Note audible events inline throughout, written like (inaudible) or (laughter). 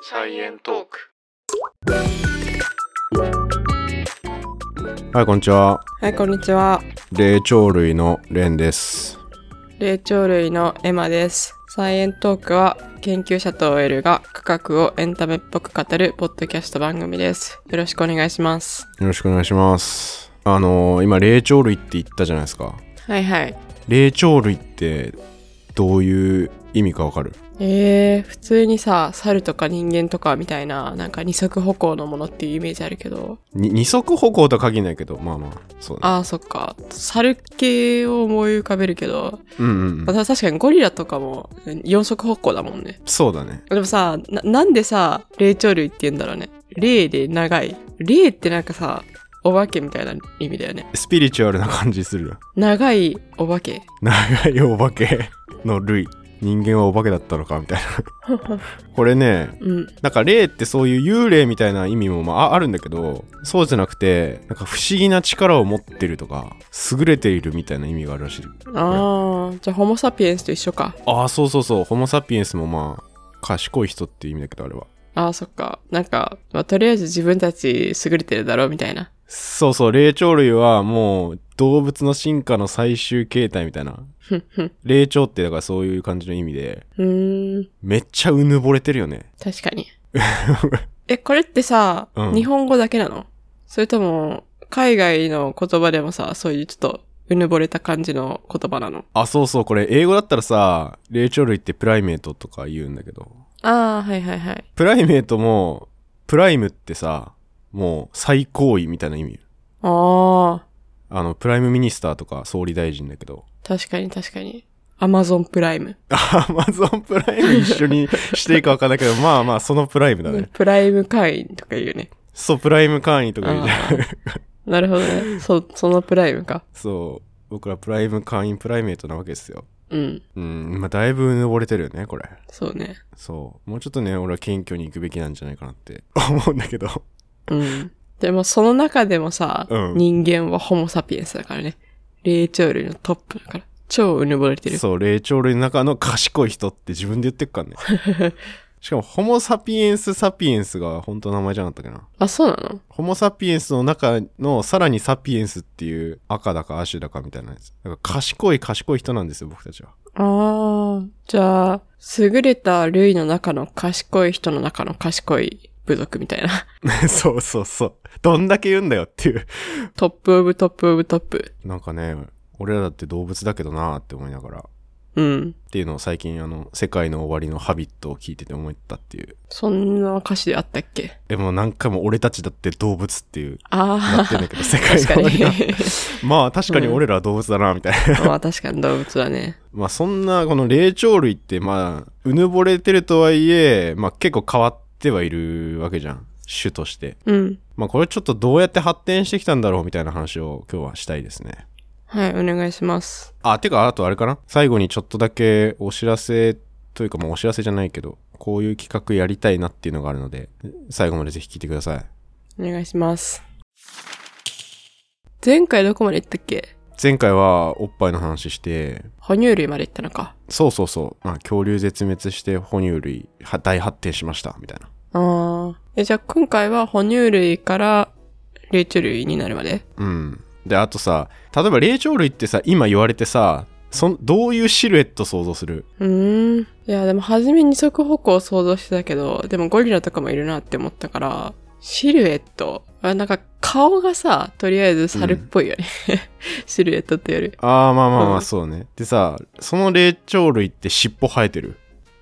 サイエントーク。はい、こんにちは。はい、こんにちは。霊長類のレンです。霊長類のエマです。サイエントークは研究者と OL が科学をエンタメっぽく語るポッドキャスト番組です。よろしくお願いします。よろしくお願いします。あのー今、霊長類って言ったじゃないですか。はいはい。霊長類って、どういう意味かわかるえー、普通にさ、猿とか人間とかみたいな、なんか二足歩行のものっていうイメージあるけど、に二足歩行とは限らないけど、まあまあ、そうね。ああ、そっか。猿系を思い浮かべるけど、うんうんうまあん。た確かにゴリラとかも四足歩行だもんね。そうだね。でもさな、なんでさ、霊長類って言うんだろうね。霊で長い。霊ってなんかさ、お化けみたいな意味だよね。スピリチュアルな感じするよ。長いお化け。長いお化けの類。人間はお化けだったのかみたい (laughs) な。これね、うん。なんか霊ってそういう幽霊みたいな意味もまああるんだけどそうじゃなくてなんか不思議な力を持ってるとか優れているみたいな意味があるらしいああ、じゃあホモサピエンスと一緒か。ああそうそうそうホモ・サピエンスもまあ賢い人っていう意味だけどあれはああ、そっか。なんか、まあ、とりあえず自分たち優れてるだろうみたいな。そうそう霊長類はもう動物の進化の最終形態みたいなふんふん。霊長ってだからそういう感じの意味でうーん、めっちゃうぬぼれてるよね確か (laughs) に。え、これってさ、うん日本語だけなのそれとも、海外の言葉でもさ、そういうちょっと、うぬぼれた感じの言葉なのあそうそうこれ英語だったらさ霊長類ってプライメートとか言うんだけどああ、はいはいはい。プライメートも、プライムってさ、もう最高位みたいな意味。ああ、あの、プライムミニスターとか総理大臣だけど。 (laughs) 確かに確かに。アマゾンプライム。アマゾンプライム一緒にしていいかわかんないけど、まあまあ、そのプライムだね。プライム会員とか言うね。そう、プライム会員とか言うじゃん。 (laughs) なるほどね。そ、そのプライムか。そう、僕らプライム会員プライメートなわけですよ。うん。うん、まあ、だいぶ登れてるよね、これ。そうね。そう。もうちょっとね、俺は謙虚に行くべきなんじゃないかなって思うんだけど。うん。でもその中でもさ、うん人間はホモサピエンスだからね。霊長類のトップだから。超うぬぼれてる。そう、霊長類の中の賢い人って自分で言ってっから (laughs) ね。しかも、ホモ・サピエンス・サピエンスが本当の名前じゃなかったっけな。あ、そうなのホモ・サピエンスの中のさらにサピエンスっていう赤だかアシュだかみたいなやつ。だから賢い賢い人なんですよ、僕たちは。 (laughs) ああ、じゃあ、優れた類の中の賢い人の中の賢い部族みたいな。 (laughs) そうそうそう。どんだけ言うんだよっていう。トップオブトップオブトップ。なんかね、俺らだって動物だけどなーって思いながら。っうん。ていうのを最近あの、世界の終わりのハビットを聞いてて思ったっていう。そんな歌詞であったっけえ、もう何回も俺たちだって動物っていう、なあってんあだ、けど、世界の確か終わりにが。。まあ確かに俺らは動物だなみたいな、 (laughs) (laughs) まあ確かに動物だね。まあそんなこの霊長類ってまあうぬぼれてるとはいえまあ結構変わってはいるわけじゃん種としてうん。まあこれちょっとどうやって発展してきたんだろうみたいな話を今日はしたいですねはい、お願いします。あてかあとあれかな最後にちょっとだけお知らせというかまあお知らせじゃないけどこういう企画やりたいなっていうのがあるので最後までぜひ聞いてくださいお願いします。前回どこまで行ったっけ前回はおっぱいの話して哺乳類まで行ったのか。そうそうそう、まあ、恐竜絶滅して哺乳類は大発展しましたみたいなああ。え、じゃあ今回は哺乳類から霊長類になるまでうん。で、あとさ、例えば霊長類ってさ、今言われてさ、そんどういうシルエット想像するうーん。いや、でも初め二足歩行を想像してたけど、でもゴリラとかもいるなって思ったから、シルエット。あなんか顔がさ、とりあえず猿っぽいよね。 (laughs) シルエットってより。ああ、まあまあまうあ、んそうね。でさ、その霊長類って尻尾生えてる。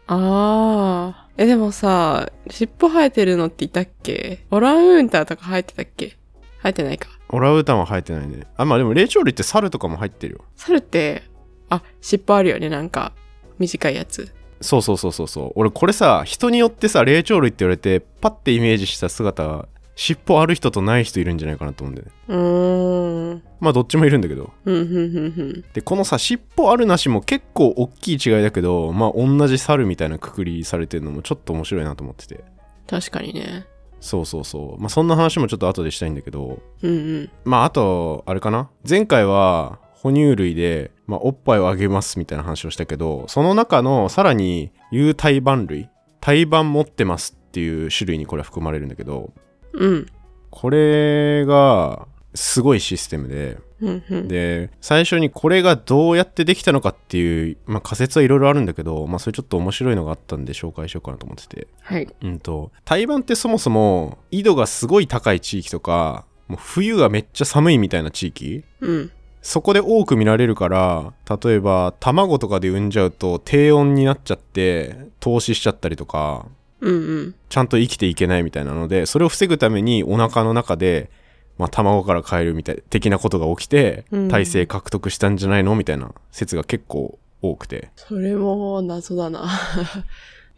ああ。え、でもさ、尻尾生えてるのっていたっけオランウータンとか生えてたっけ生えてないか。オランウータンは生えてないね。あ、まあでも霊長類って猿とかも入ってるよ。猿って、あ、尻尾あるよね、なんか。短いやつ。そうそうそうそうそう。俺これさ、人によってさ、霊長類って言われて、パッてイメージした姿が、尻尾ある人とない人いるんじゃないかなと思うんだよね。うーん。まあどっちもいるんだけど。ふんふんふんふん。で、このさ、尻尾あるなしも結構大きい違いだけど、まあ同じ猿みたいなくくりされてるのもちょっと面白いなと思ってて。確かにね。そうそうそう。まあ、そんな話もちょっと後でしたいんだけど、うんうん。まあ、あと、あれかな前回は、哺乳類で、まあ、おっぱいをあげますみたいな話をしたけど、その中のさらに有胎盤類、胎盤持ってますっていう種類にこれは含まれるんだけど、うん。これがすごいシステムで、うんうん。で最初にこれがどうやってできたのかっていう、まあ、仮説はいろいろあるんだけど、まあ、それちょっと面白いのがあったんで紹介しようかなと思ってて、はい。うん、と台湾ってそもそも緯度がすごい高い地域とかもう冬がめっちゃ寒いみたいな地域うん。そこで多く見られるから例えば卵とかで産んじゃうと低温になっちゃって凍死しちゃったりとかうんうん。ちゃんと生きていけないみたいなのでそれを防ぐためにお腹の中で、まあ、卵から変えるみたい的なことが起きてうん体制獲得したんじゃないのみたいな説が結構多くてそれも謎だな。 (laughs)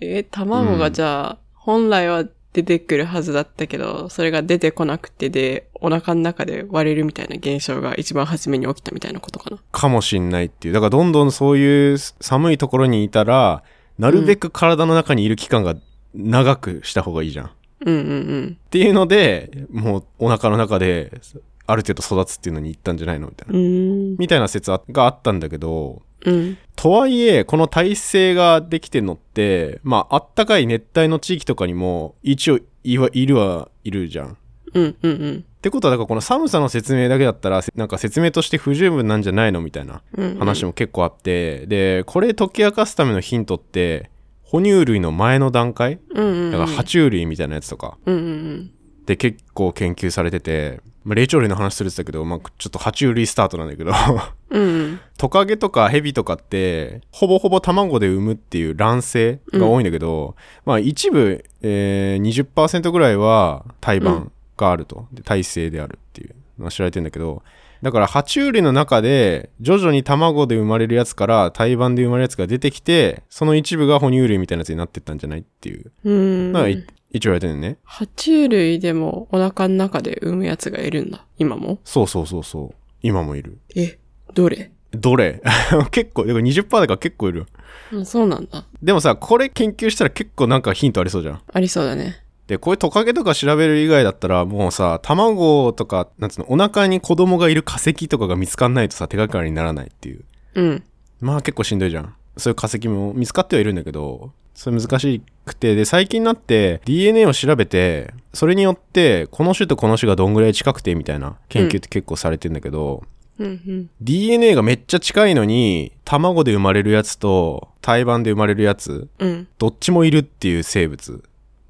え、卵がじゃあ、本来は出てくるはずだったけど、それが出てこなくてで、お腹の中で割れるみたいな現象が一番初めに起きたみたいなことかな。かもしんないっていうだからどんどんそういう寒いところにいたらなるべく体の中にいる期間が長くした方がいいじゃん。っうんうんていうのでもうお腹の中である程度育つっていうのに行ったんじゃないのみたいなう。ん。うーん。みたいな説あがあったんだけどうん。とはいえこの体制ができてるのってまああったかい熱帯の地域とかにも一応いわいるはいるじゃん。っうんうんうん。てことはだからこの寒さの説明だけだったらせなんか説明として不十分なんじゃないのみたいなうんうん、話も結構あって、でこれ解き明かすためのヒントって哺乳類の前の段階うんうんうん、だから爬虫類みたいなやつとかうんうんで結構研究されてて、まあ、霊長類の話するって言ったけど、まあ、ちょっと爬虫類スタートなんだけどうん。うんトカゲとかヘビとかってほぼほぼ卵で産むっていう卵性が多いんだけど、まあ一部、えー、20%ぐらいは胎盤があると、で胎生であるっていうのは知られてんだけどだから爬虫類の中で徐々に卵で生まれるやつから胎盤で生まれるやつが出てきてその一部が哺乳類みたいなやつになってったんじゃないっていううん。のは、ういん。一応言われてるね。爬虫類でもお腹の中で産むやつがいるんだ。今もそうそうそうそう。今もいる。え、どれどれ (laughs) 結構、だから20%だから結構いるよ。うんそうなんだ。でもさ、これ研究したら結構なんかヒントありそうじゃん。ありそうだね。で、こういうトカゲとか調べる以外だったら、もうさ、卵とか、なんつうの、お腹に子供がいる化石とかが見つかんないとさ、手がかりにならないっていう。うん。まあ結構しんどいじゃん。そういう化石も見つかってはいるんだけど、それ難しくて、で、最近になって DNA を調べて、それによって、この種とこの種がどんぐらい近くてみたいな研究って結構されてんだけど、うんうん。 DNA がめっちゃ近いのに卵で生まれるやつと胎盤で生まれるやつうん。どっちもいるっていう生物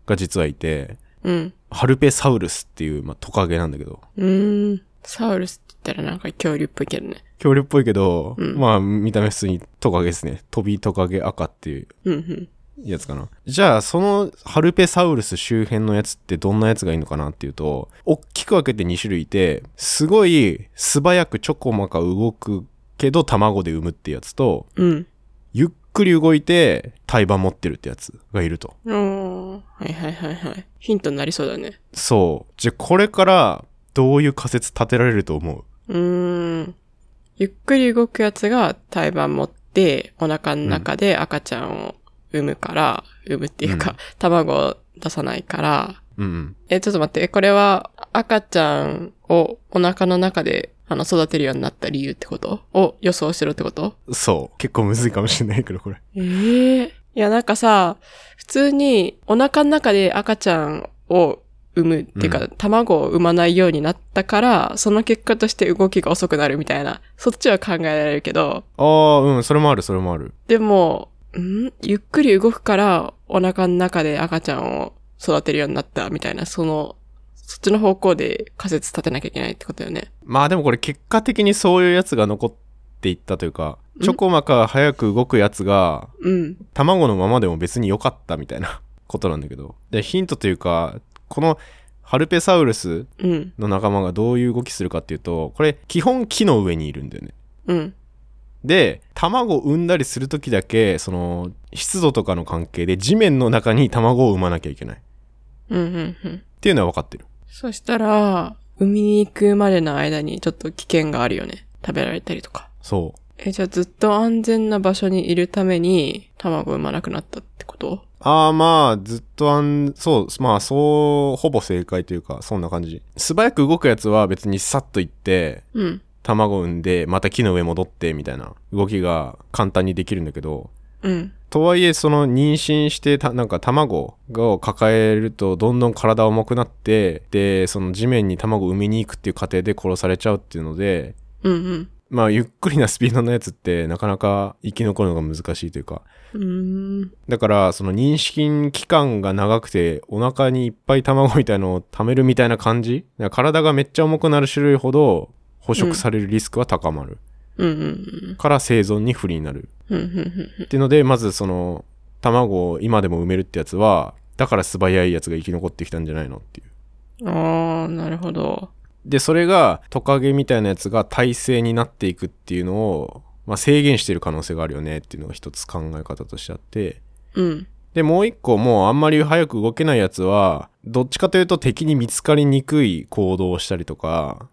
が実はいてうん。ハルペサウルスっていう、まあ、トカゲなんだけどうーん。サウルスって言ったらなんか恐竜っぽいけどね。恐竜っぽいけど、うんまあ見た目普通にトカゲですねトビトカゲ赤っていううんうん。やつかなじゃあそのハルペサウルス周辺のやつってどんなやつがいいのかなっていうと大きく分けて2種類いてすごい素早くちょこまか動くけど卵で産むってやつとうん。ゆっくり動いて胎盤持ってるってやつがいると。おー。はいはいはいはい。ヒントになりそうだね。そう。じゃあこれからどういう仮説立てられると思ううーん。ゆっくり動くやつが胎盤持って、お腹の中で赤ちゃんを産むから、産むっていうか、うん卵を出さないから、うんうん。え、ちょっと待って、えこれは赤ちゃんをお腹の中で、あの、育てるようになった理由ってことを予想してろってことそう。結構むずいかもしれないけど、これ。ええいや、なんかさ、普通にお腹の中で赤ちゃんを産むっていうか、う卵を産まないようになったから、その結果として動きが遅くなるみたいな、そっちは考えられるけど、ああ、うん、それもある、それもある。でも、んゆっくり動くからお腹の中で赤ちゃんを育てるようになったみたいな、その、そっちの方向で仮説立てなきゃいけないってことよね。まあでもこれ結果的にそういうやつが残っていったというか、んちょこまか早く動くやつがうん。卵のままでも別に良かったみたいな (laughs) ことなんだけど。で、ヒントというか、このハルペサウルスうん。の仲間がどういう動きするかっていうと、これ基本木の上にいるんだよね。うん。で卵を産んだりする時だけその湿度とかの関係で地面の中に卵を産まなきゃいけないっうん。うん。うん。ていうのは分かってるそしたら、海に行くまでの間にちょっと危険があるよね。食べられたりとか。そうえ、じゃあずっと安全な場所にいるために、卵を産まなくなったってことああまあずっとあんそうまあそうほぼ正解というかそんな感じ素早く動くやつは別にさっと行ってうん。卵を産んでまた木の上戻ってみたいな動きが簡単にできるんだけどうん。とはいえその妊娠してたなんか卵を抱えるとどんどん体重くなってでその地面に卵を産みに行くっていう過程で殺されちゃうっていうのでうんまあゆっくりなスピードのやつってなかなか生き残るのが難しいというかうん。うーん。だからその妊娠期間が長くてお腹にいっぱい卵みたいのを貯めるみたいな感じだから体がめっちゃ重くなる種類ほど捕食されるリスクは高まる、うんうんから生存に不利になるうん。うんうんうんっていうのでまずその卵を今でも産めるってやつはだから素早いやつが生き残ってきたんじゃないのっていううん。ああ、なるほど。でそれがトカゲみたいなやつが耐性になっていくっていうのを、まあ、制限してる可能性があるよねっていうのが一つ考え方としてあってうん。でもう一個もうあんまり早く動けないやつはどっちかというと敵に見つかりにくい行動をしたりとか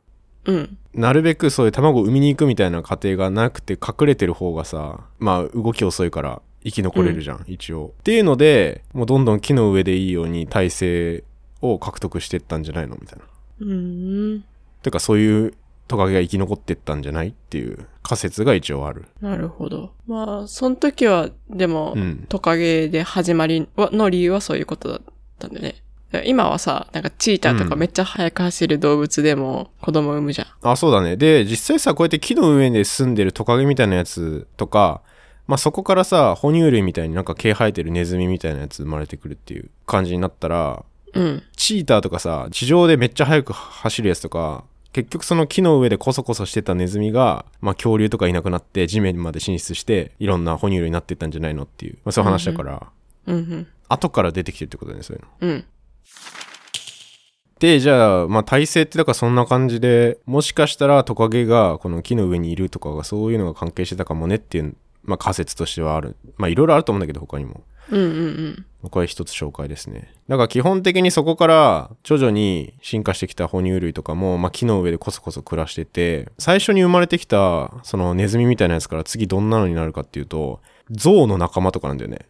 うん。なるべくそういう卵を産みに行くみたいな過程がなくて隠れてる方がさまあ動き遅いから生き残れるじゃん、一応っていうのでもうどんどん木の上でいいように体勢を獲得してったんじゃないのみたいなうーん。てかそういうトカゲが生き残ってったんじゃないっていう仮説が一応あるなるほど。まあ、その時は、でも、うんトカゲで始まりはの理由はそういうことだったんだよね。だから今はさ、なんかチーターとかうんめっちゃ速く走る動物でも子供産むじゃん。あそうだねで実際さこうやって木の上で住んでるトカゲみたいなやつとかまあそこからさ哺乳類みたいになんか毛生えてるネズミみたいなやつ生まれてくるっていう感じになったらうん。チーターとかさ地上でめっちゃ速く走るやつとか結局その木の上でコソコソしてたネズミが、まあ、恐竜とかいなくなって地面まで進出していろんな哺乳類になってったんじゃないのっていう、まあ、そういう話だから、うんうん。後から出てきてるってことだよねそういうの。うん。でじゃあまあ体勢ってだからそんな感じでもしかしたらトカゲがこの木の上にいるとかがそういうのが関係してたかもねっていう、まあ、仮説としてはあるまあいろいろあると思うんだけど他にも。うんうんこれ一つ紹介ですね。だから基本的にそこから徐々に進化してきた哺乳類とかも、まあ、木の上でコソコソ暮らしてて、最初に生まれてきたそのネズミみたいなやつから次どんなのになるかっていうと、象の仲間とかなんだよね。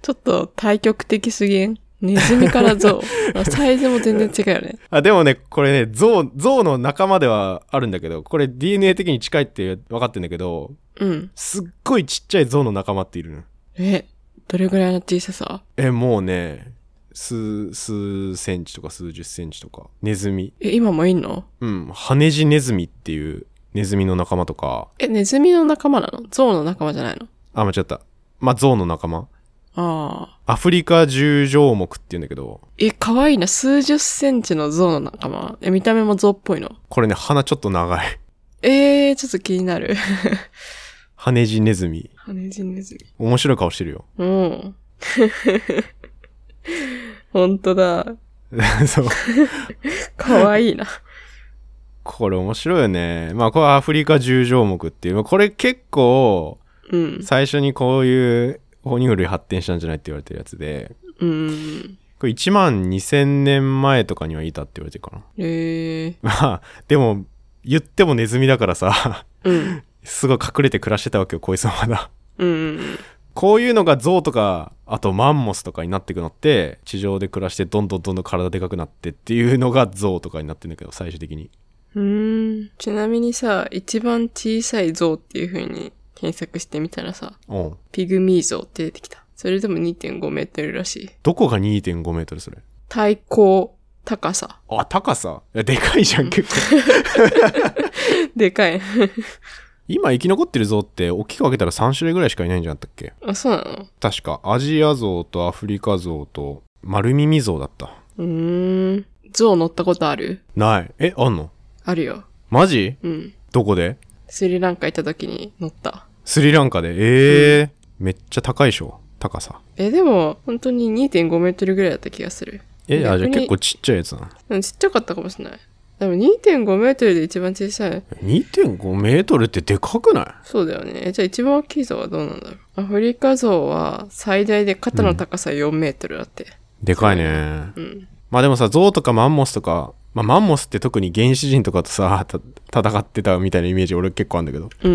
ちょっと対極的すぎんネズミから (laughs) ゾウ。サイズも全然違うよね。あ、でもね、これね、象、象の仲間ではあるんだけど、これ DNA 的に近いって分かってんだけど、うん。すっごいちっちゃい象の仲間っているの。え、どれぐらいの小ささえ、もうね、数、数センチとか数十センチとか、ネズミ。え、今もいんのうん、ハネジネズミっていうネズミの仲間とか、え、ネズミの仲間なのゾウの仲間じゃないのあ、間違った。まあ、ゾウの仲間。ああ。アフリカ十条目って言うんだけど、え、可愛いな。数十センチのゾウの仲間。え、見た目もゾウっぽいの。これね、鼻ちょっと長い。えー、ちょっと気になる。ハネジネズミ。ハネジネズ面白い顔してるよ。 (laughs) ミ。うん。 (laughs) ほんとだ。そう。可愛いな。これ面白いよね。まあ、これはアフリカ十条目っていう。まあこれ結構、うん。最初にこういう哺乳類発展したんじゃないって言われてるやつで、うん。これ1万2000年前とかにはいたって言われてるかな。えー。まあ、でも、言ってもネズミだからさ、うん。すごい隠れて暮らしてたわけよ、こいつはまだ。うん。こういうのが象とか、あとマンモスとかになってくのって、地上で暮らしてどんどんどんどん体でかくなってっていうのが象とかになってんだけど、最終的に。うん。ちなみにさ、一番小さいゾウっていう風に検索してみたらさ、うん。ピグミーゾウって出てきた。それでも2.5メートルらしい。どこが2.5メートルそれ。対抗高さ。あ、高さいやでかいじゃん、結構。でかい。今生き残ってる象って、大きく分けたら3種類ぐらいしかいないんじゃなかったっけあ、そうなの確か、アジア象とアフリカ象と、丸耳象だった。うーん。ゾウ乗ったことあるない。え、あんのあるよ。マジうん。どこでスリランカ行った時に乗った。スリランカで。ええー。めっちゃ高いでしょ、高さ。え、でも、本当に2.5メートルぐらいだった気がする。え、あ、じゃ逆あに結構ちっちゃいやつなのうん、ちっちゃかったかもしれない。でも2.5メートルで一番小さい。 2.5メートルってでかくないそうだよね。えじゃあ一番大きい像はどうなんだろう。アフリカ像は最大で肩の高さ4メートルだって。でかいね。うん。まあでもさ、ゾウとかマンモスとか、まあマンモスって特に原始人とかとさ、た戦ってたみたいなイメージ俺結構あるんだけど。 (laughs) うん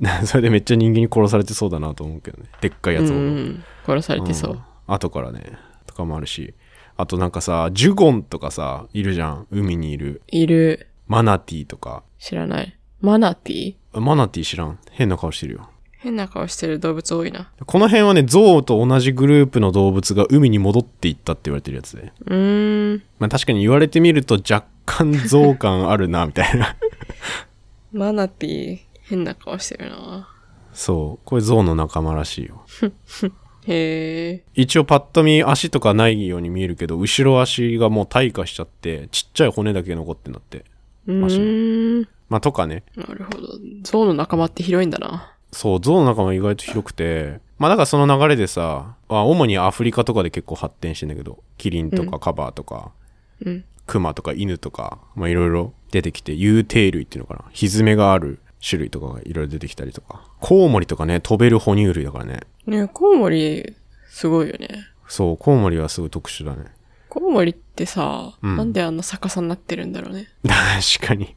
うんそれでめっちゃ人間に殺されてそうだなと思うけどね。でっかいうん。やうつんうも。ん。殺されてそう。うん後からね。とかもあるし。あとなんかさ、ジュゴンとかさ、いるじゃん。海にいる。いる。マナティーとか。知らない。マナティーマナティー知らん。変な顔してるよ。変な顔してる動物多いな。この辺はね、象と同じグループの動物が海に戻っていったって言われてるやつで。うーん。まあ確かに言われてみると若干象感あるな、みたいな。 (laughs) マナティー、変な顔してるな。そう。これ象の仲間らしいよ。へえ。一応パッと見足とかないように見えるけど、後ろ足がもう退化しちゃって、ちっちゃい骨だけ残ってんだって。うーん。まあとかね。なるほど。象の仲間って広いんだな。そう、象の仲間意外と広くて、まあだからその流れでさ、まあ主にアフリカとかで結構発展してんだけど、キリンとかカバーとか、うん。クマとか犬とか、まあいろいろ出てきて、有蹄類っていうのかな。ひずめがある種類とかがいろいろ出てきたりとか。コウモリとかね、飛べる哺乳類だからね。ねコウモリ、すごいよね。そう、コウモリはすごい特殊だね。 (laughs) コウモリってさ、うんなんであんな逆さになってるんだろうね。確かに。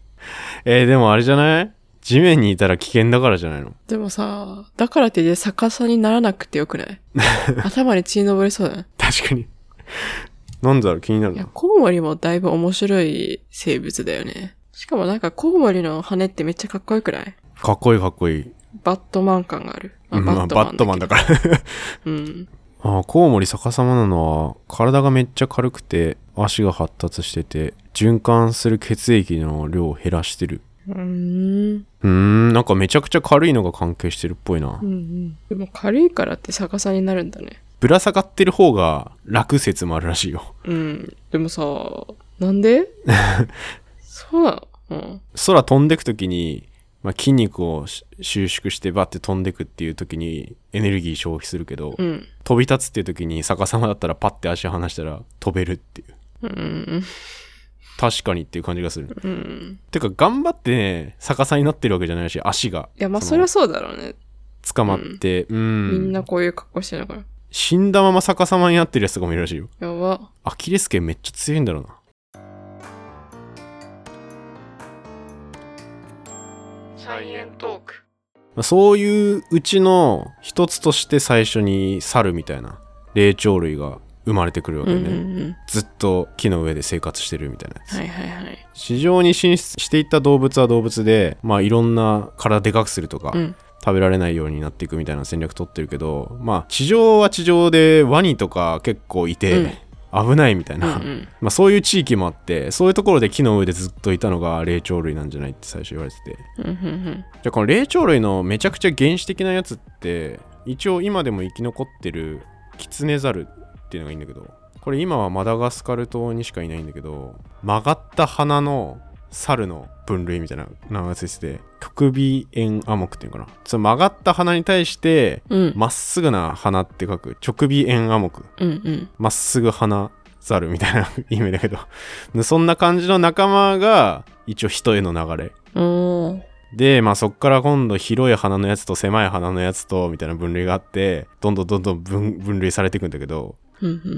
えーでもあれじゃない地面にいたら危険だからじゃないのでもさ、だからってで逆さにならなくてよくない (laughs) 頭に血昇りそうだね。確かに。なんだろう気になるいやな、。コウモリもだいぶ面白い生物だよね。しかもなんかコウモリの羽ってめっちゃかっこよくないかっこいいかっこいい。バットマン感がある。あまあバットマンだら。から。 (laughs) うん。ああ、コウモリ逆さまなのは、体がめっちゃ軽くて、足が発達してて、循環する血液の量を減らしてる。うーん。うーん、なんかめちゃくちゃ軽いのが関係してるっぽいな。うんうん。でも軽いからって逆さになるんだね。ぶら下がってる方が楽説もあるらしいよ。うん。でもさ、なん (laughs) でそうなのうん。空飛んでく時に、まあ、筋肉をし収縮してバッて飛んでくっていう時にエネルギー消費するけど、うん。飛び立つっていう時に逆さまだったらパッて足離したら飛べるっていう。うん。確かにっていう感じがする。うん。てか頑張ってね、逆さになってるわけじゃないし、足が。いや、まあ、そのりゃそうだろうね。捕まって、うん。みんなこういう格好してるから。死んだまま逆さまになってるやつとかもいるらしいよ。やば。アキレス腱めっちゃ強いんだろうな。サイエントーク。まあそういううちの一つとして最初に猿みたいな霊長類が生まれてくるわうけんね、うんうん。ずっと木の上で生活してるみたいなやつ、はいはいはい。市場に進出していった動物は動物でまあいろんな体でかくするとか、うん。食べられないようになっていくみたいな戦略取ってるけどまあ地上は地上でワニとか結構いて、危ないみたいうんうな、ん。まあ、そういう地域もあってそういうところで木の上でずっといたのが霊長類なんじゃないって最初言われててうんうんうん。じゃあこの霊長類のめちゃくちゃ原始的なやつって一応今でも生き残ってるキツネザルっていうのがいいんだけどこれ今はマダガスカル島にしかいないんだけど曲がった鼻の猿の分類みたいな名前がついてて極微円アモクっていうのかなその曲がった鼻に対してうん。まっすぐな鼻って書く直微円アモクうんうん。まっすぐ鼻猿みたいな意味だけど (laughs) そんな感じの仲間が一応人への流れおー。で、まあ、そっから今度広い鼻のやつと狭い鼻のやつとみたいな分類があってどんどんどんどん分分類されていくんだけどうんうんう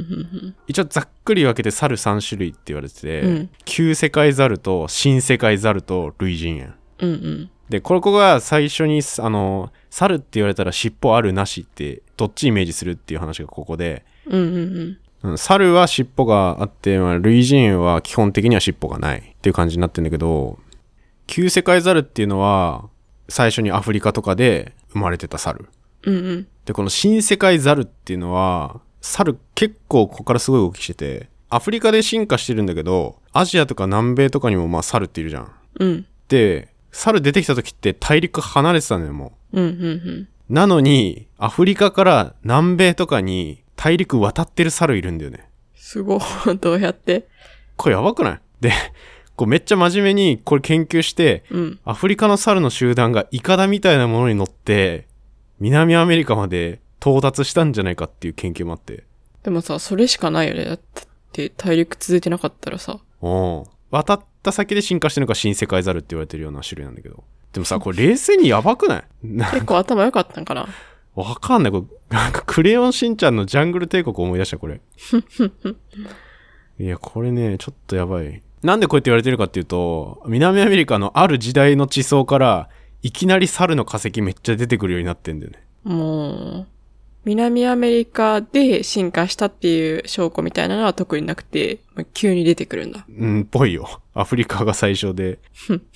ん一応ざっくり分けて猿3種類って言われてて、うん旧世界猿と新世界猿と類人猿うん。うんうん。でここが最初にあの猿って言われたら尻尾あるなしってどっちイメージするっていう話がここで、うんうんうん。うん、猿は尻尾があって、まあ、類人猿は基本的には尻尾がないっていう感じになってんだけど旧世界猿っていうのは最初にアフリカとかで生まれてた猿うんうん。でこの新世界猿っていうのは猿結構ここからすごい動きしててアフリカで進化してるんだけどアジアとか南米とかにもまあ猿っているじゃんうん。で猿出てきた時って大陸離れてたのよもうんうんうん。うなのにアフリカから南米とかに大陸渡ってる猿いるんだよねすごい。 (laughs) どうやってこれやばくないで、こうめっちゃ真面目にこれ研究して、うん。アフリカの猿の集団がイカダみたいなものに乗って、南アメリカまで到達したんじゃないかっていう研究もあって。でもさ、それしかないよね。だって、大陸続いてなかったらさ。うん。渡った先で進化してるのが新世界猿って言われてるような種類なんだけど。でもさ、これ冷静にやばくないな結構頭良かったんかな。わかんない。これ、 (laughs) なんかクレヨンしんちゃんのジャングル帝国思い出した、これ。いや、これね、ちょっとやばい。なんでこうやって言われてるかっていうと、南アメリカのある時代の地層から、いきなり猿の化石めっちゃ出てくるようになってんだよね。も南アメリカで進化したっていう証拠みたいなのは特になくて、まあ急に出てくるんだ。うん、ぽいよ。アフリカが最初で。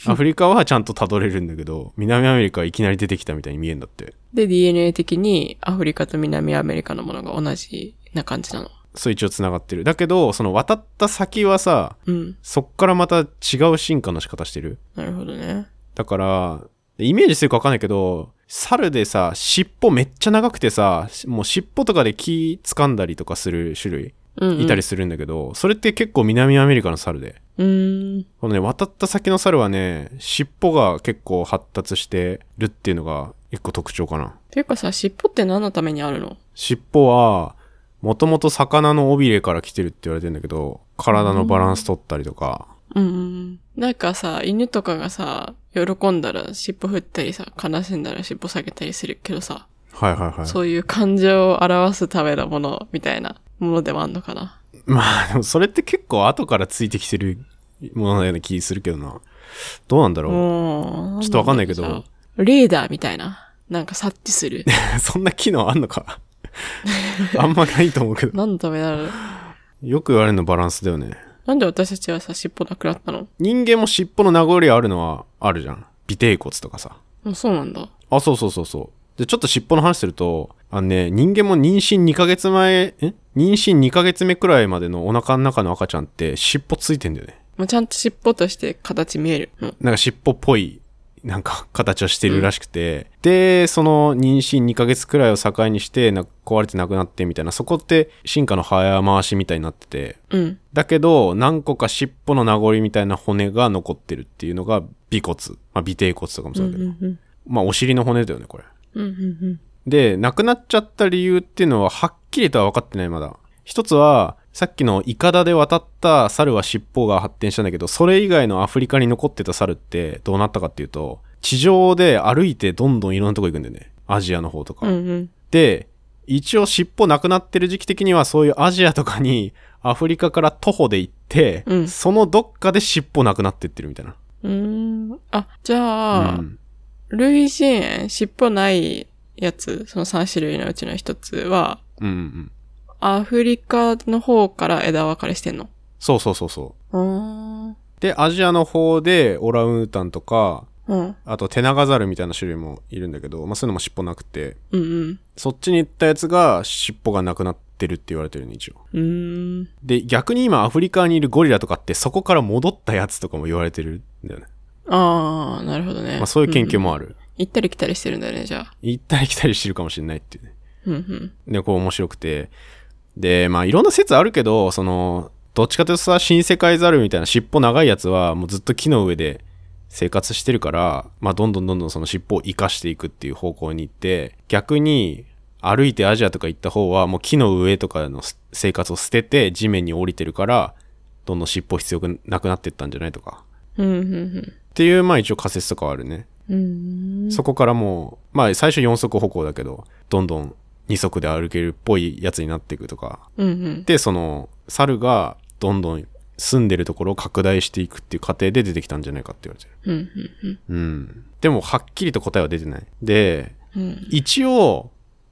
アフリカはちゃんと辿れるんだけど、南アメリカはいきなり出てきたみたいに見えんだって。で、DNA 的にアフリカと南アメリカのものが同じな感じなの。そう一応繋がってる。だけど、その渡った先はさ、うん。そっからまた違う進化の仕方してる。なるほどね。だから、イメージしてるかわかんないけど、猿でさ、尻尾めっちゃ長くてさ、もう尻尾とかで木掴んだりとかする種類、うん、うん。いたりするんだけど、それって結構南アメリカの猿で。うーん。このね、渡った先の猿はね、尻尾が結構発達してるっていうのが一個特徴かな。ていうかさ、尻尾って何のためにあるの尻尾は、もともと魚の尾びれから来てるって言われてんだけど、体のバランス取ったりとか、うんうん。なんかさ、犬とかがさ、喜んだら尻尾振ったりさ、悲しんだら尻尾下げたりするけどさ、はいはいはい。そういう感情を表すためのものみたいなものでもあんのかな。まあ、でもそれって結構後からついてきてるもののような気するけどな。どうなんだろもう、ちょっとわかんないけどなんだろう。レーダーみたいな。なんか察 (laughs) 知する。う。そんな機能あんのか (laughs) あんまないと思うけど。何のためなのよく言われるのバランスだよね。なんで私たちはさ、尻尾なくなったの人間も尻尾の名残あるのはあるじゃん。尾てい骨とかさ。もうそうなんだ。あ、そうそうそうそう。で、ちょっと尻尾の話すると、あのね、人間も妊娠2ヶ月前、え妊娠2ヶ月目くらいまでのお腹の中の赤ちゃんって尻尾ついてんだよね。もうちゃんと尻尾として形見える。うん。なんか尻尾っぽい、なんか形をしてるらしくて、で、その妊娠2ヶ月くらいを境にして、な壊れてなくなってみたいな、そこって進化の早回しみたいになってて、うん。だけど、何個か尻尾の名残みたいな骨が残ってるっていうのが、尾骨。まあ、尾低骨とかもうそんううだけど、んうん。まあ、お尻の骨だよね、これ。うんうんで、亡くなっちゃった理由っていうのは、はっきりとは分かってない、まだ。一つは、さっきのイカダで渡った猿は尻尾が発展したんだけど、それ以外のアフリカに残ってた猿ってどうなったかっていうと、地上で歩いてどんどんいろんなとこ行くんだよね。アジアの方とか。うん。うんうん。で、一応尻尾なくなってる時期的にはそういうアジアとかにアフリカから徒歩で行って、うんそのどっかで尻尾なくなってってるみたいな。うーん。あ、じゃあ、うん類人猿、尻尾ないやつ、その3種類のうちの一つは、うんうん。アフリカの方から枝分かれしてんの。そうそうそうそうーん。う。で、アジアの方でオランウータンとか、うん。あと、テナガザルみたいな種類もいるんだけど、まあ、そういうのも尻尾なくて、うんうん。そっちに行ったやつが尻尾がなくなってるって言われてるね、一応。うーん。で、逆に今アフリカにいるゴリラとかって、そこから戻ったやつとかも言われてるんだよね。ああ、なるほどね。まあ、そういう研究んもある。行ったり来たりしてるんだよね、じゃあ。行ったり来たりしてるかもしれないっていうね。うんうん。で、こう面白くて。で、まあ、いろんな説あるけど、その、どっちかというとさ、新世界ザルみたいな尻尾長いやつは、もうずっと木の上で生活してるから、まあ、どんどんどんどんその尻尾を生かしていくっていう方向に行って、逆に、歩いてアジアとか行った方は、もう木の上とかのす生活を捨てて、地面に降りてるから、どんどん尻尾必要なくなってったんじゃないとか。うんうんっていう、まあ一応仮説とかはあるね。うん。うーん。そこからもう、まあ最初4足歩行だけど、どんどん2足で歩けるっぽいやつになっていくとか。うんうん。で、その、猿がどんどん住んでるところを拡大していくっていう過程で出てきたんじゃないかって言われてる。うんうんうん。でも、はっきりと答えは出てない。で、うん。うん。一応、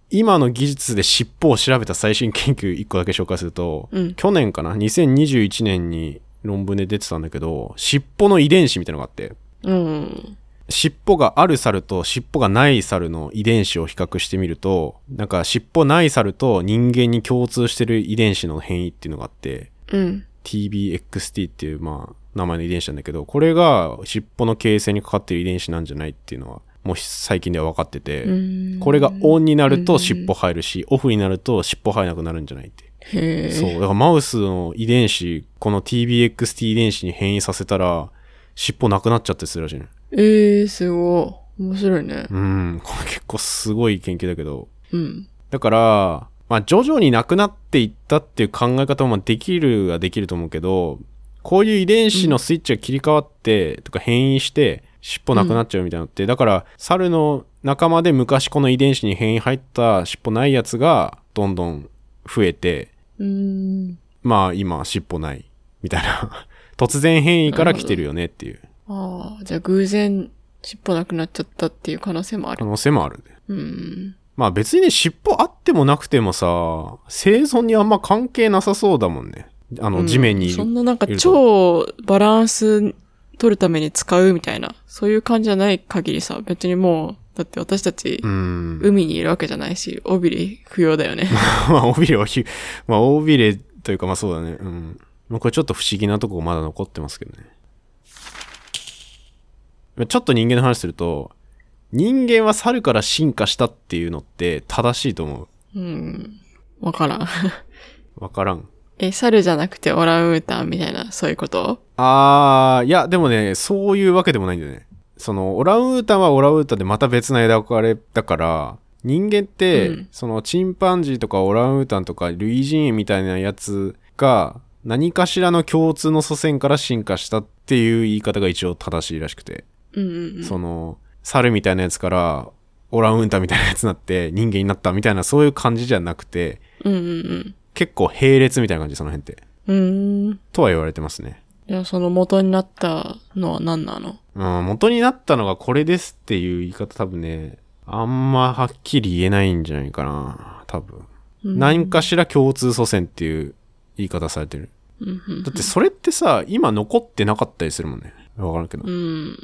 今の技術で尻尾を調べた最新研究1個だけ紹介すると、うん去年かな ?2021 年に論文で出てたんだけど、尻尾の遺伝子みたいなのがあって、うん。尻尾がある猿と尻尾がない猿の遺伝子を比較してみるとなんか尻尾ない猿と人間に共通してる遺伝子の変異っていうのがあってうん。 TBXT っていうまあ名前の遺伝子なんだけどこれが尻尾の形成にかかってる遺伝子なんじゃないっていうのはもう最近では分かってて、うんこれがオンになると尻尾入るし、オフになると尻尾入らなくなるんじゃないってへえ。そう。だからマウスの遺伝子この TBXT 遺伝子に変異させたら尻尾なくなっちゃってするらしいねええー、すごい。面白いね。うん、これ結構すごい研究だけど。うん。だから、まあ徐々になくなっていったっていう考え方もまあできるはできると思うけど、こういう遺伝子のスイッチが切り替わって、とか変異して、尻尾なくなっちゃうみたいなのって、だから、猿の仲間で昔この遺伝子に変異入った尻尾ないやつが、どんどん増えて、うーん。まあ今、尻尾ない、みたいな。 (laughs) 突然変異から来てるよねっていうああ、じゃあ偶然尻尾なくなっちゃったっていう可能性もあ可る。能性もあるね。うん。まあ別にね、尻尾あってもなくてもさ、生存にあんま関係なさそうだもんね。あうの、ん地面にいる。そんななんかいると超バランス取るために使うみたいな、そういう感じじゃない限りさ、別にもう、だって私たちう、ん。 (laughs) 海にいるわけじゃないし、尾びれ不要だよね。まあ、尾びれはひ、まあ、尾びれというか、まあそうだね。うん。まあ、これちょっと不思議なとこまだ残ってますけどね。まあちょっと人間の話すると、人間は猿から進化したっていうのって正しいと思うん。わからん。 (laughs) う。わからん。え、猿じゃなくてオランウータンみたいな、そういうことあー、いや、でもね、そういうわけでもないんだよね。その、オランウータンはオランウータンでまた別な枝分かれだから、人間って、うんその、チンパンジーとかオランウータンとか類人猿みたいなやつが、何かしらの共通の祖先から進化したっていう言い方が一応正しいらしくて、うんうんうん。その、猿みたいなやつから、オランウータンみたいなやつになって人間になったみたいなそういう感じじゃなくて、うんうん結構並列みたいな感じ、その辺って。うん。うーん。とは言われてますね。じゃあその元になったのは何なのうん、元になったのがこれですっていう言い方多分ね、あんまはっきり言えないんじゃないかな。多分。うん何かしら共通祖先っていう言い方されてる。うんうんだってそれってさ、今残ってなかったりするもんね。わからんけどう。ん。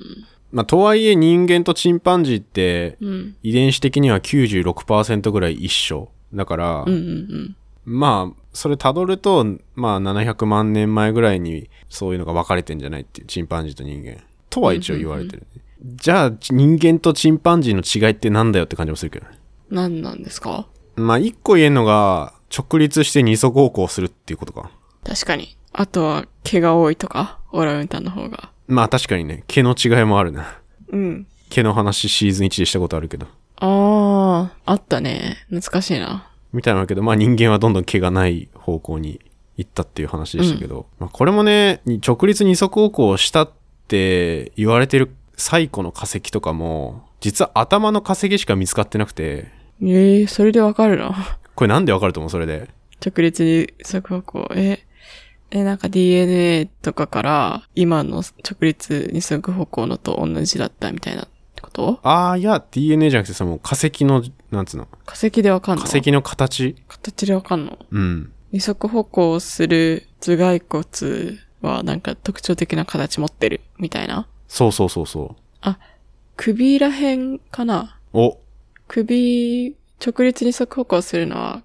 まあ、とはいえ人間とチンパンジーってうん。遺伝子的には96%ぐらい一緒。だから、うんうんうん。まあ、それたどると、まあ、700万年前ぐらいに、そういうのが分かれてんじゃないっていう、チンパンジーと人間。とは一応言われてる、ねじゃあ、人間とチンパンジーの違いってなんだよって感じもするけどね。何なんですかまあ、一個言えるのが、直立して二足歩行するっていうことか。確かに。あとは毛が多いとか、オランウータンの方が。まあ、確かにね、毛の違いもあるな。うん。毛の話シーズン1でしたことあるけど。ああ、あったね。懐かしいな。みたいなわけど、まあ人間はどんどん毛がない方向に行ったっていう話でしたけど、まあこれもね、に直立二足歩行をしたって言われてる最古の化石とかも、実は頭の化石しか見つかってなくて、ええそれでわかるのこれなんでわかると思うそれで。直立に速歩行。え、え、なんか DNA とかから、今の直立二足歩行のと同じだったみたいなことああ、いや、DNA じゃなくてさ、もう化石の、なんつうの、化石でわかんの化石の形形でわかんのうん。二足歩行する頭蓋骨はなんか特徴的な形持ってるみたいな。そうそうそうそ首ら辺かなう。お、首、直立に足歩行するのは、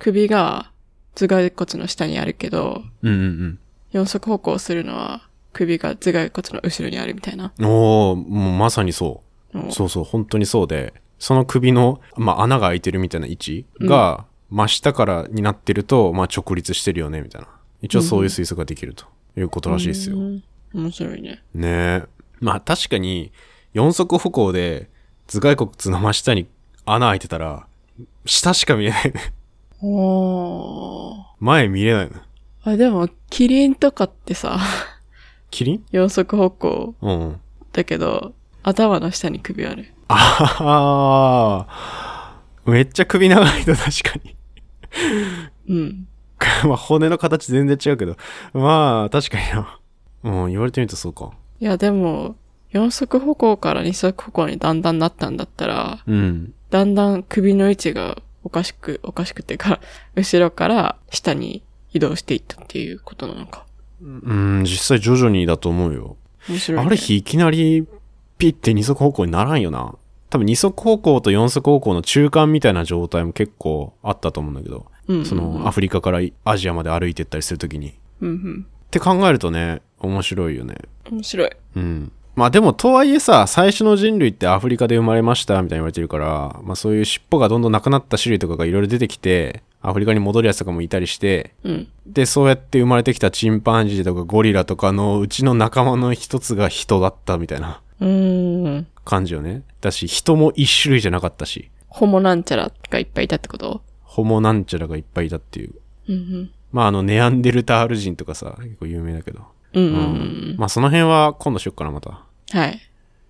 首が頭蓋骨の下にあるけど、うんうん四足歩行するのは、首が頭蓋骨の後ろにあるみたいな。うん。おおもうまさにそう。もうそうそう、本当にそうで、その首の、まあ、穴が開いてるみたいな位置が、真下からになってると、まあ、直立してるよね、みたいな。一応そういう推測ができるということらしいですよ。うねん面白いね。え。まあ、確かに、四足歩行で、頭蓋骨の真下に穴開いてたら、下しか見えない (laughs) ね。おー。前見れないね。あ、でも、キリンとかってさ、 (laughs) キリン四足歩行うんうん。だけど、頭の下に首ある。あははめっちゃ首長いと確かに。うん。まあ、骨の形全然違うけど。まあ、確かにな。うん、言われてみるとそうか。いや、でも、四足歩行から二足歩行にだんだんなったんだったら、うん。だんだん首の位置がおかしく、おかしくてか、 (laughs) 後ろから下に移動していったっていうことなのか。うん、実際徐々にだと思うよ。面白い、ね。ある日いきなりピッて二足歩行にならんよな。多分二足歩行と四足歩行の中間みたいな状態も結構あったと思うんだけど、うんうんうんそのアフリカからアジアまで歩いてったりするときに。っうんて考えるとね、面白いよね。うん。面白い。うん。まあでもとはいえさ、最初の人類ってアフリカで生まれましたみたいに言われてるから、まあそういう尻尾がどんどんなくなった種類とかがいろいろ出てきて、アフリカに戻るやつとかもいたりして、うん。で、そうやって生まれてきたチンパンジーとかゴリラとかのうちの仲間の一つが人だったみたいな (laughs) うーん。感じよね。だし、人も一種類じゃなかったし、ホモなんちゃらがいっぱいいたってことホモなんちゃらがいっぱいいたっていう。うんまあ、あの、ネアンデルタール人とかさ、結構有名だけど。うん。ううんうんん。まあ、その辺は今度しよっかな、また。うん。はい。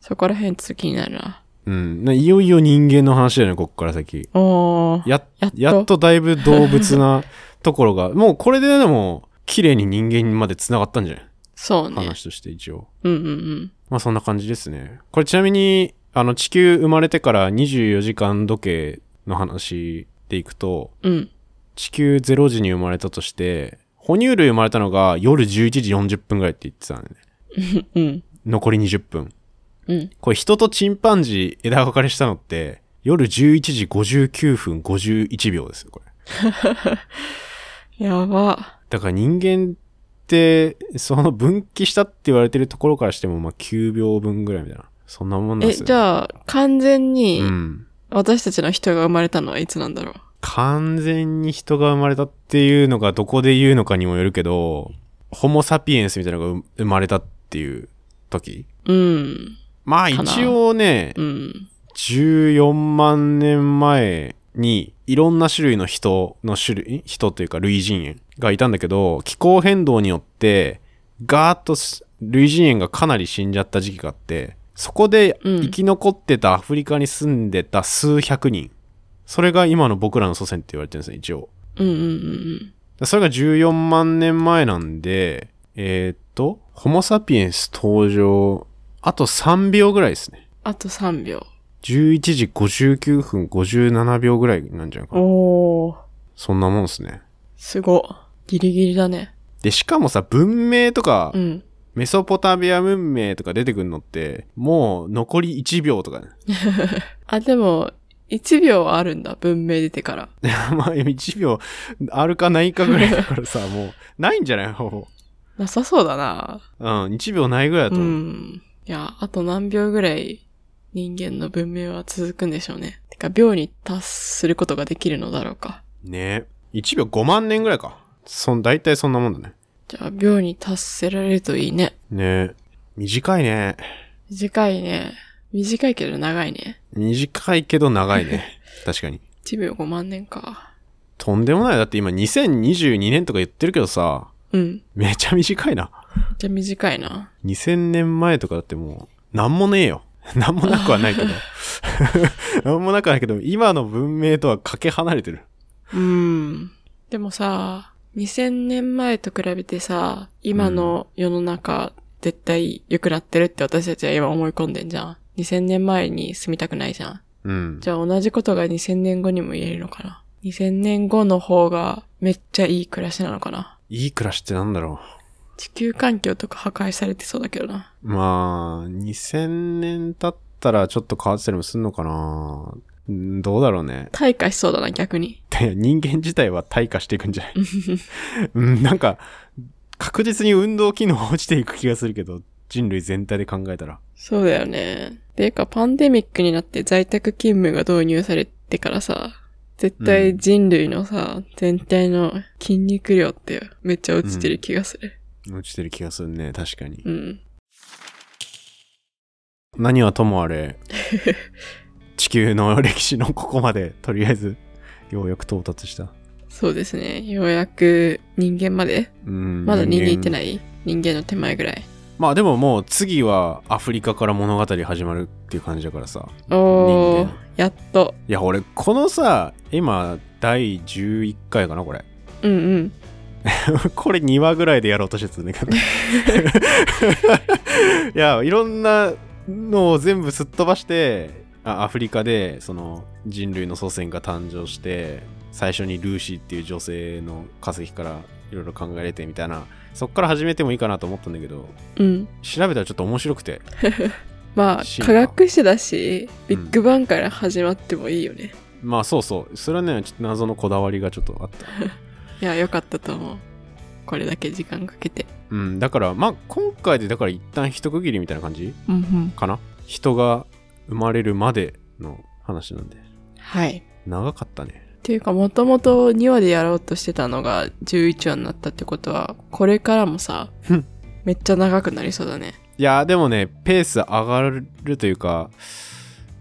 そこら辺ちょっと気になるな。うん。ないよいよ人間の話だよね、こっから先。おー。やっ、ややっっととだいぶ動物なとこ (laughs) ろが、もうこれででも、綺麗に人間にまで繋がったんじゃないそうね。話として一応。うんうんうん。まあそんな感じですね。これちなみに、あの地球生まれてから24時間時計の話でいくと、うん。地球0時に生まれたとして、哺乳類生まれたのが夜11時40分ぐらいって言ってたんだよね。うん。残り20分。うん。これ人とチンパンジー枝分かれしたのって、夜11時59分51秒ですよ、これ。やば。だから人間って、その分岐したって言われてるところからしても、まあ9秒分ぐらいみたいな。そんなもんなんえ、ですよ、じゃあ、完全にうん。私たちの人が生まれたのはいつなんだろう。完全に人が生まれたっていうのがどこで言うのかにもよるけど、ホモ・サピエンスみたいなのが生まれたっていう時うん。まあかな一応ねう、ん。 14万年前にいろんな種類の人の種類、人というか類人猿がいたんだけど、気候変動によってガーッとす類人猿がかなり死んじゃった時期があって、そこでうん生き残ってたアフリカに住んでた数百人。それが今の僕らの祖先って言われてるんですね、一応。うんうんうんそれが14万年前なんで、えーっと、ホモサピエンス登場、あと3秒ぐらいですね。あと3秒。 11時59分57秒ぐらいなんじゃないかな。おー。そんなもんですね。すご。ギリギリだね。で、しかもさ、文明とか、うん。メソポタミア文明とか出てくるのって、もう残り1秒とかね。 (laughs) あ、でも、1秒はあるんだ。文明出てから。まあ、1秒あるかないかぐらいだから (laughs) さ、もう、ないんじゃないほぼ。なさそうだな。うん、1秒ないぐらいだとう思う。ん。いや、あと何秒ぐらい人間の文明は続くんでしょうね。てか、秒に達することができるのだろうか。ね1秒5万年ぐらいか。そん、大体そんなもんだね。じゃあ、秒に達せられるといいね。ね短いね。短いね。短いけど長いね。短いけど長い (laughs) ね。確かに。 1秒5万年か。とんでもない。だって今2022年とか言ってるけどさ、うん。めちゃ短いな。じゃあ短いな。 2000年前とかだってもう、なんもねえよ。 (laughs) なんもなくはないけど。 (laughs) なんもなくはないけど、今の文明とはかけ離れてる。うん。でもさ、2000年前と比べてさ、今の世の中、絶対良くなってるって私たちは今思い込んでんじゃん。2000年前に住みたくないじゃん。うん。じゃあ同じことが2000年後にも言えるのかな。2000年後の方がめっちゃいい暮らしなのかな。いい暮らしってなんだろ地球環境とか破壊されてそうだけどな。う。まあ、2000年経ったらちょっと変わってたりもすんのかなうんどうだろうね。退化しそうだな、逆に。で人間自体は退化していくんじゃないうん、なんか、確実に運動機能落ちていく気がするけど、人類全体で考えたら。そうだよね。ていうか、パンデミックになって在宅勤務が導入されてからさ、絶対人類のさ、全体の筋肉量ってめっちゃ落ちてる気がする。落ちてる気がするね、確かに。うん。何はともあ (laughs) れ地球の歴史のここまでとりあえずようやく到達したそうですね。ようやく人間まで、うんまだ人間行ってないい人間の手前ぐらい。まあでももう次はアフリカから物語始まるっていう感じだからさお人ー間、やっと。いや俺このさ今第11回かなこれうんうん。これ2話ぐらいでやろうとしてたんだけどいやいろんなのを全部すっ飛ばしてあアフリカでその人類の祖先が誕生して最初にルーシーっていう女性の化石からいろいろ考えれてみたいなそっから始めてもいいかなと思ったんだけどうん。調べたらちょっと面白くてま進あ、化科学史だし、ビッグバンから始まってもいいよね。まあそうそうそれはねちょっと謎のこだわりがちょっとあったいや、よかったと思う。これだけ時間かけて。うんだからまあ今回でだから一旦一区切りみたいな感じうんうん。かな人が生まれるまでの話なんではい。長かったねっていうか、もともと2話でやろうとしてたのが11話になったってことは、これからもさうん、めっちゃ長くなりそうだね。いやーでもねペース上がるというか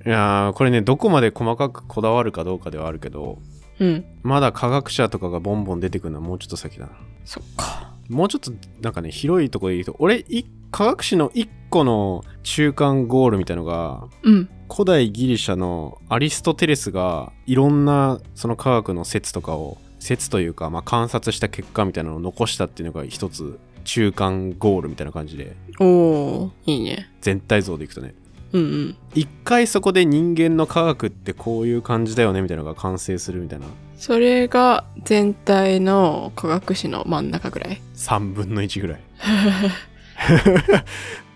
いやーこれねどこまで細かくこだわるかどうかではあるけどうん。まだ科学者とかがボンボン出てくるのはもうちょっと先だなそっか。もうちょっとなんかね広いとこで言うと俺い科学史の1個の中間ゴールみたいのがうん。古代ギリシャのアリストテレスがいろんなその科学の説とかを説というか、まあ、観察した結果みたいなのを残したっていうのが一つ中間ゴールみたいな感じでおー、いいね。全体像でいくとねうんうん。一回そこで人間の科学ってこういう感じだよねみたいなのが完成するみたいなそれが全体の科学史の真ん中ぐ (laughs) らい。 3分の1ぐらいい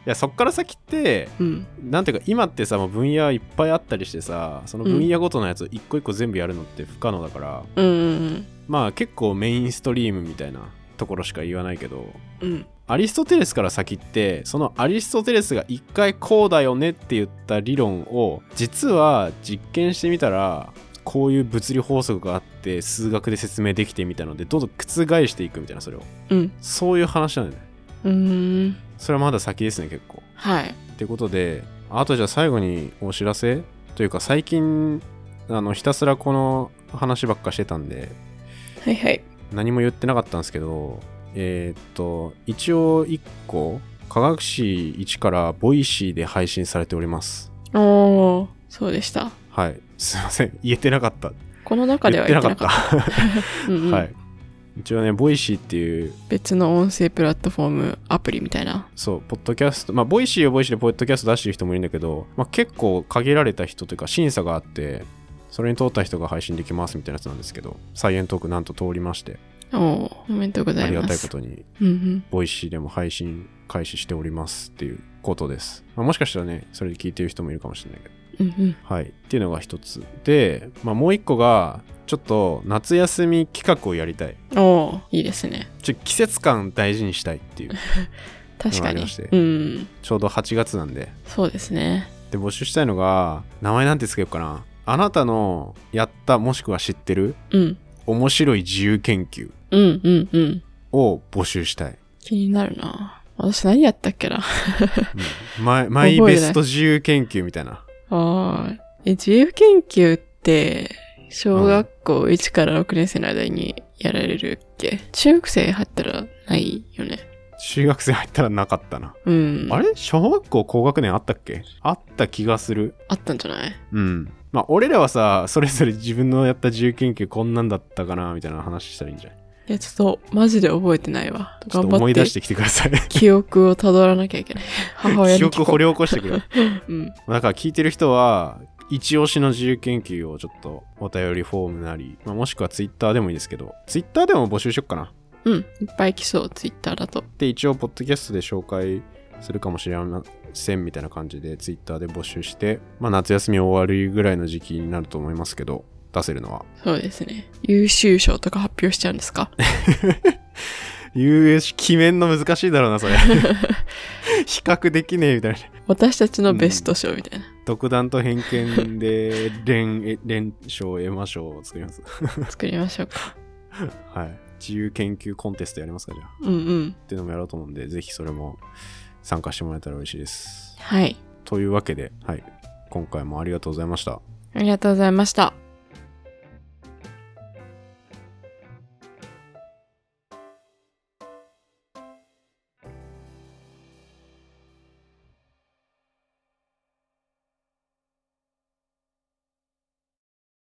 やそっから先ってうん。なんていうか今ってさもう分野いっぱいあったりしてさその分野ごとのやつ一個一個全部やるのって不可能だから、うんうんまあ結構メインストリームみたいなところしか言わないけどうん。うん。アリストテレスから先ってそのアリストテレスが一回こうだよねって言った理論を実は実験してみたらこういう物理法則があって数学で説明できてみたいのでどんどん覆していくみたいなそれをうん。そういう話なんだよねうーん。それはまだ先ですね結構はい。ってことであとじゃあ最後にお知らせというか最近あのひたすらこの話ばっかしてたんではいはい。何も言ってなかったんですけどえーっと一応1個科学誌1からボイシーで配信されておりますおお、そうでした。はいすいません (laughs) 言えてなかったこの中で言はって言なってかなっかたっ (laughs) た。うんうんはい一応ねボイシーっていう別の音声プラットフォーム、アプリみたいな。そうポッドキャストまあボイシーはボイシーでポッドキャスト出してる人もいるんだけど、まあ、結構限られた人というか審査があってそれに通った人が配信できますみたいなやつなんですけどサイエントークなんと通りましておお、おめでとうござあいりがまたいすこ。とにうんうん。ボイシーでも配信開始しておりますっていうことです。まあ、もしかしたらね、それで聞いてる人もいるかもしれないけど。うんうん。はい。っていうのが一つ。で、まあ、もう一個が、ちょっと夏休み企画をやりたい。おーいいですねちょ季節感大事にしたいっていう確かわかりにましてうんちょうど8月なんでそうですねで募集したいのが名前なんてつけようかなあなたのやったもしくは知ってるうん面白い自由研究うんうんうんを募集したい、気になるな私何やったっけなうんマイマイ覚えベてないスト自由研究みたいなあーえ自由研究って小学校1から6年生の間にやられるっけ、中学生入ったらないよね中学生入ったらなかったなうんあれ小学校高学年あったっけあった気がする。あったんじゃないうん。まあ、俺らはさ、それぞれ自分のやった自由研究こんなんだったかな、みたいな話したらいいんじゃないいやちょっとマジで覚えてないわちょっ頑と張思いっ出てしてきてください。記憶をたどらなきゃいけ (laughs) ない母 (laughs) 親記に聞憶こう掘り起こしてくれ。 (laughs) うんだから聞いてる人は、一押しの自由研究をちょっとお便りフォームなり、まあ、もしくはツイッターでもいいですけど、ツイッターでも募集しよっかな。うんいっぱい来そうツイッターだとで、一応、ポッドキャストで紹介するかもしれませんみたいな感じで、ツイッターで募集して、まあ、夏休み終わりぐらいの時期になると思いますけど、出せるのは。そうですね。優秀賞とか発表しちゃうんで (laughs) すか u s 決めんの難しいだろうな、それ。 (laughs) 比較できねえみたいな。私たちのベスト賞みたいな。独断と偏見で連、連勝を得ましょうを作ります。作りましょうか。はい。自由研究コンテストやりますか、じゃあ。うんうん。っていうのもやろうと思うんで、ぜひそれも参加してもらえたら嬉しいです。はい。というわけで、はい。今回もありがとうございました。ありがとうございました。